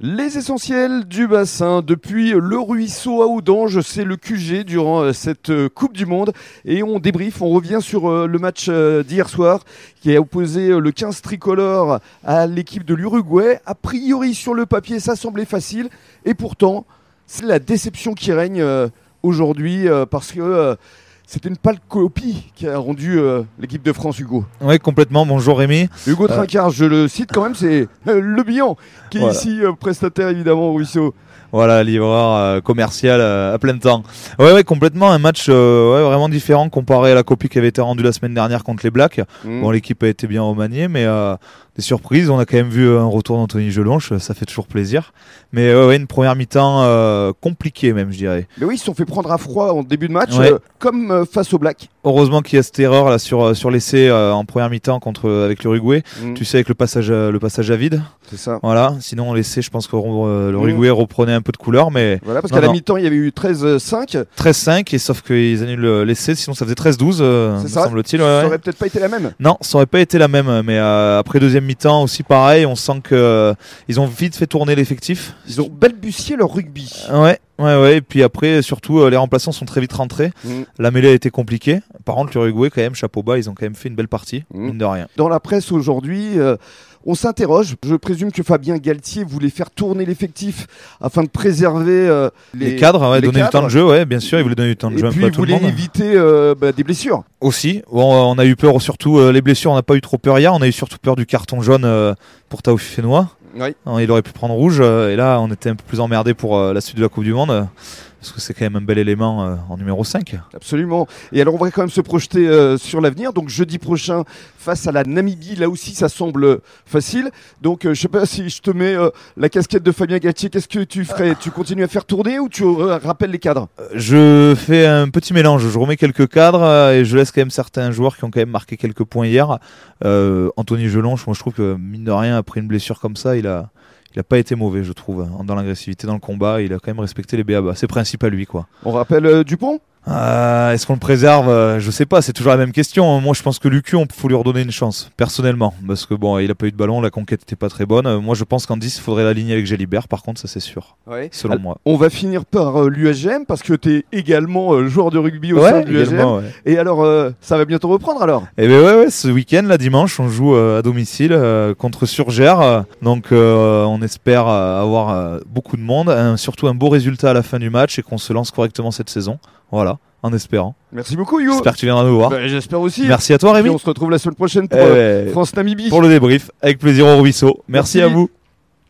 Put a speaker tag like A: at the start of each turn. A: Les essentiels du bassin depuis le ruisseau à Oudange, c'est le QG durant euh, cette euh, Coupe du Monde et on débrief, on revient sur euh, le match euh, d'hier soir qui a opposé euh, le 15 tricolore à l'équipe de l'Uruguay. A priori sur le papier ça semblait facile et pourtant c'est la déception qui règne euh, aujourd'hui euh, parce que euh, c'était une pâle copie qui a rendu euh, l'équipe de France Hugo.
B: Oui, complètement. Bonjour Rémi.
A: Hugo Trincard, je le cite quand même, c'est euh, le bilan qui est
B: Voilà.
A: ici euh, prestataire évidemment au ruisseau.
B: Voilà, livreur euh, commercial euh, à plein temps. Oui, ouais, complètement. Un match euh, ouais, vraiment différent comparé à la copie qui avait été rendue la semaine dernière contre les Blacks.
A: Mm.
B: Bon, l'équipe a été bien remaniée, mais euh, des surprises. On a quand même vu euh, un retour d'Anthony Gelonche, ça fait toujours plaisir. Mais ouais, ouais, une première mi-temps euh, compliquée même, je dirais.
A: Mais oui, ils se sont fait prendre à froid en début de match,
B: Ouais.
A: euh, comme euh, face au Black.
B: Heureusement qu'il y a cette erreur là sur euh, sur l'essai euh, en première mi-temps contre euh, avec l'Uruguay.
A: Mm.
B: Tu sais, avec le passage à- le passage à vide.
A: C'est ça.
B: Voilà. Sinon, l'essai, je pense que euh,
A: Mm.
B: l'Uruguay reprenait un peu de couleur, mais
A: Voilà, parce
B: Non,
A: qu'à la
B: non.
A: mi-temps, il y avait eu euh, 13-5.
B: 13-5 et sauf qu'ils annulent euh, l'essai, sinon ça faisait 13-12, euh,
A: C'est
B: me
A: ça.
B: semble-t-il. ouais,
A: Ça
B: ouais.
A: aurait peut-être pas été la même.
B: Non, ça aurait pas été la même, mais euh, après deuxième mi-temps aussi pareil, on sent que euh, ils ont vite fait tourner l'effectif.
A: Ils ont balbutié leur rugby.
B: Ouais, ouais, ouais. Et puis après, surtout, euh, les remplaçants sont très vite rentrés.
A: Mm.
B: La mêlée a été compliquée. Par contre, l'Uruguay, quand même, chapeau bas, ils ont quand même fait une belle partie,
A: Mm.
B: mine de rien.
A: Dans la presse aujourd'hui, euh, on s'interroge. Je présume que Fabien Galtier voulait faire tourner l'effectif afin de préserver euh,
B: Les, cadres, ouais,
A: les
B: donner du temps
A: cadres.
B: de jeu, ouais, bien sûr, ils voulaient donner du temps de
A: Et
B: jeu un
A: puis,
B: peu à
A: il
B: tout le
A: voulait
B: monde.
A: éviter euh, bah, des blessures.
B: Aussi, bon, euh, on a eu peur, surtout euh, les blessures, on n'a pas eu trop peur hier, on a eu surtout peur du carton jaune euh, pour Tao Fenois.
A: Oui.
B: Non, il aurait pu prendre rouge euh, et là on était un peu plus emmerdé pour euh, la suite de la Coupe du Monde euh, parce que c'est quand même un bel élément euh, en numéro 5.
A: Absolument. Et alors, on va quand même se projeter euh, sur l'avenir. Donc, jeudi prochain, face à la Namibie, là aussi, ça semble euh, facile. Donc, euh, je sais pas si je te mets euh, la casquette de Fabien Galtier. Qu'est-ce que tu ferais Tu continues à faire tourner ou tu euh, rappelles les cadres
B: Euh, Je fais un petit mélange, je remets quelques cadres euh, et je laisse quand même certains joueurs qui ont quand même marqué quelques points hier. Euh, Anthony Gelonche, moi je trouve que mine de rien après une blessure comme ça, il a il a pas été mauvais je trouve hein, dans l'agressivité, dans le combat, il a quand même respecté les BABA, c'est principe à lui quoi.
A: On rappelle euh, Dupont
B: Euh, Est-ce qu'on le préserve Euh, Je sais pas, c'est toujours la même question. hein. Moi, je pense que Lucu, on faut lui redonner une chance, personnellement. Parce que bon, il a pas eu de ballon, la conquête était pas très bonne. Euh, Moi, je pense qu'en 10, il faudrait l'aligner avec Gélibert, par contre, ça c'est sûr,
A: Oui.
B: selon moi.
A: On va finir par euh, l'USGM parce que tu es également euh, joueur de rugby au sein de l'USGM.
B: également, ouais.
A: Et alors, euh, ça va bientôt reprendre alors
B: Eh ben ouais, ouais, ce week-end, là, dimanche, on joue euh, à domicile euh, contre Surgère. euh, donc, euh, on espère euh, avoir euh, beaucoup de monde, un- surtout un beau résultat à la fin du match et qu'on se lance correctement cette saison. Voilà, en espérant.
A: Merci beaucoup, Hugo.
B: J'espère que tu viendras nous voir.
A: Bah, J'espère aussi.
B: Merci à toi,
A: Et
B: Rémi.
A: on se retrouve la semaine prochaine pour euh,
B: Eh ouais.
A: France Namibie.
B: pour le débrief. Avec plaisir au ruisseau. Merci,
A: Merci.
B: à vous.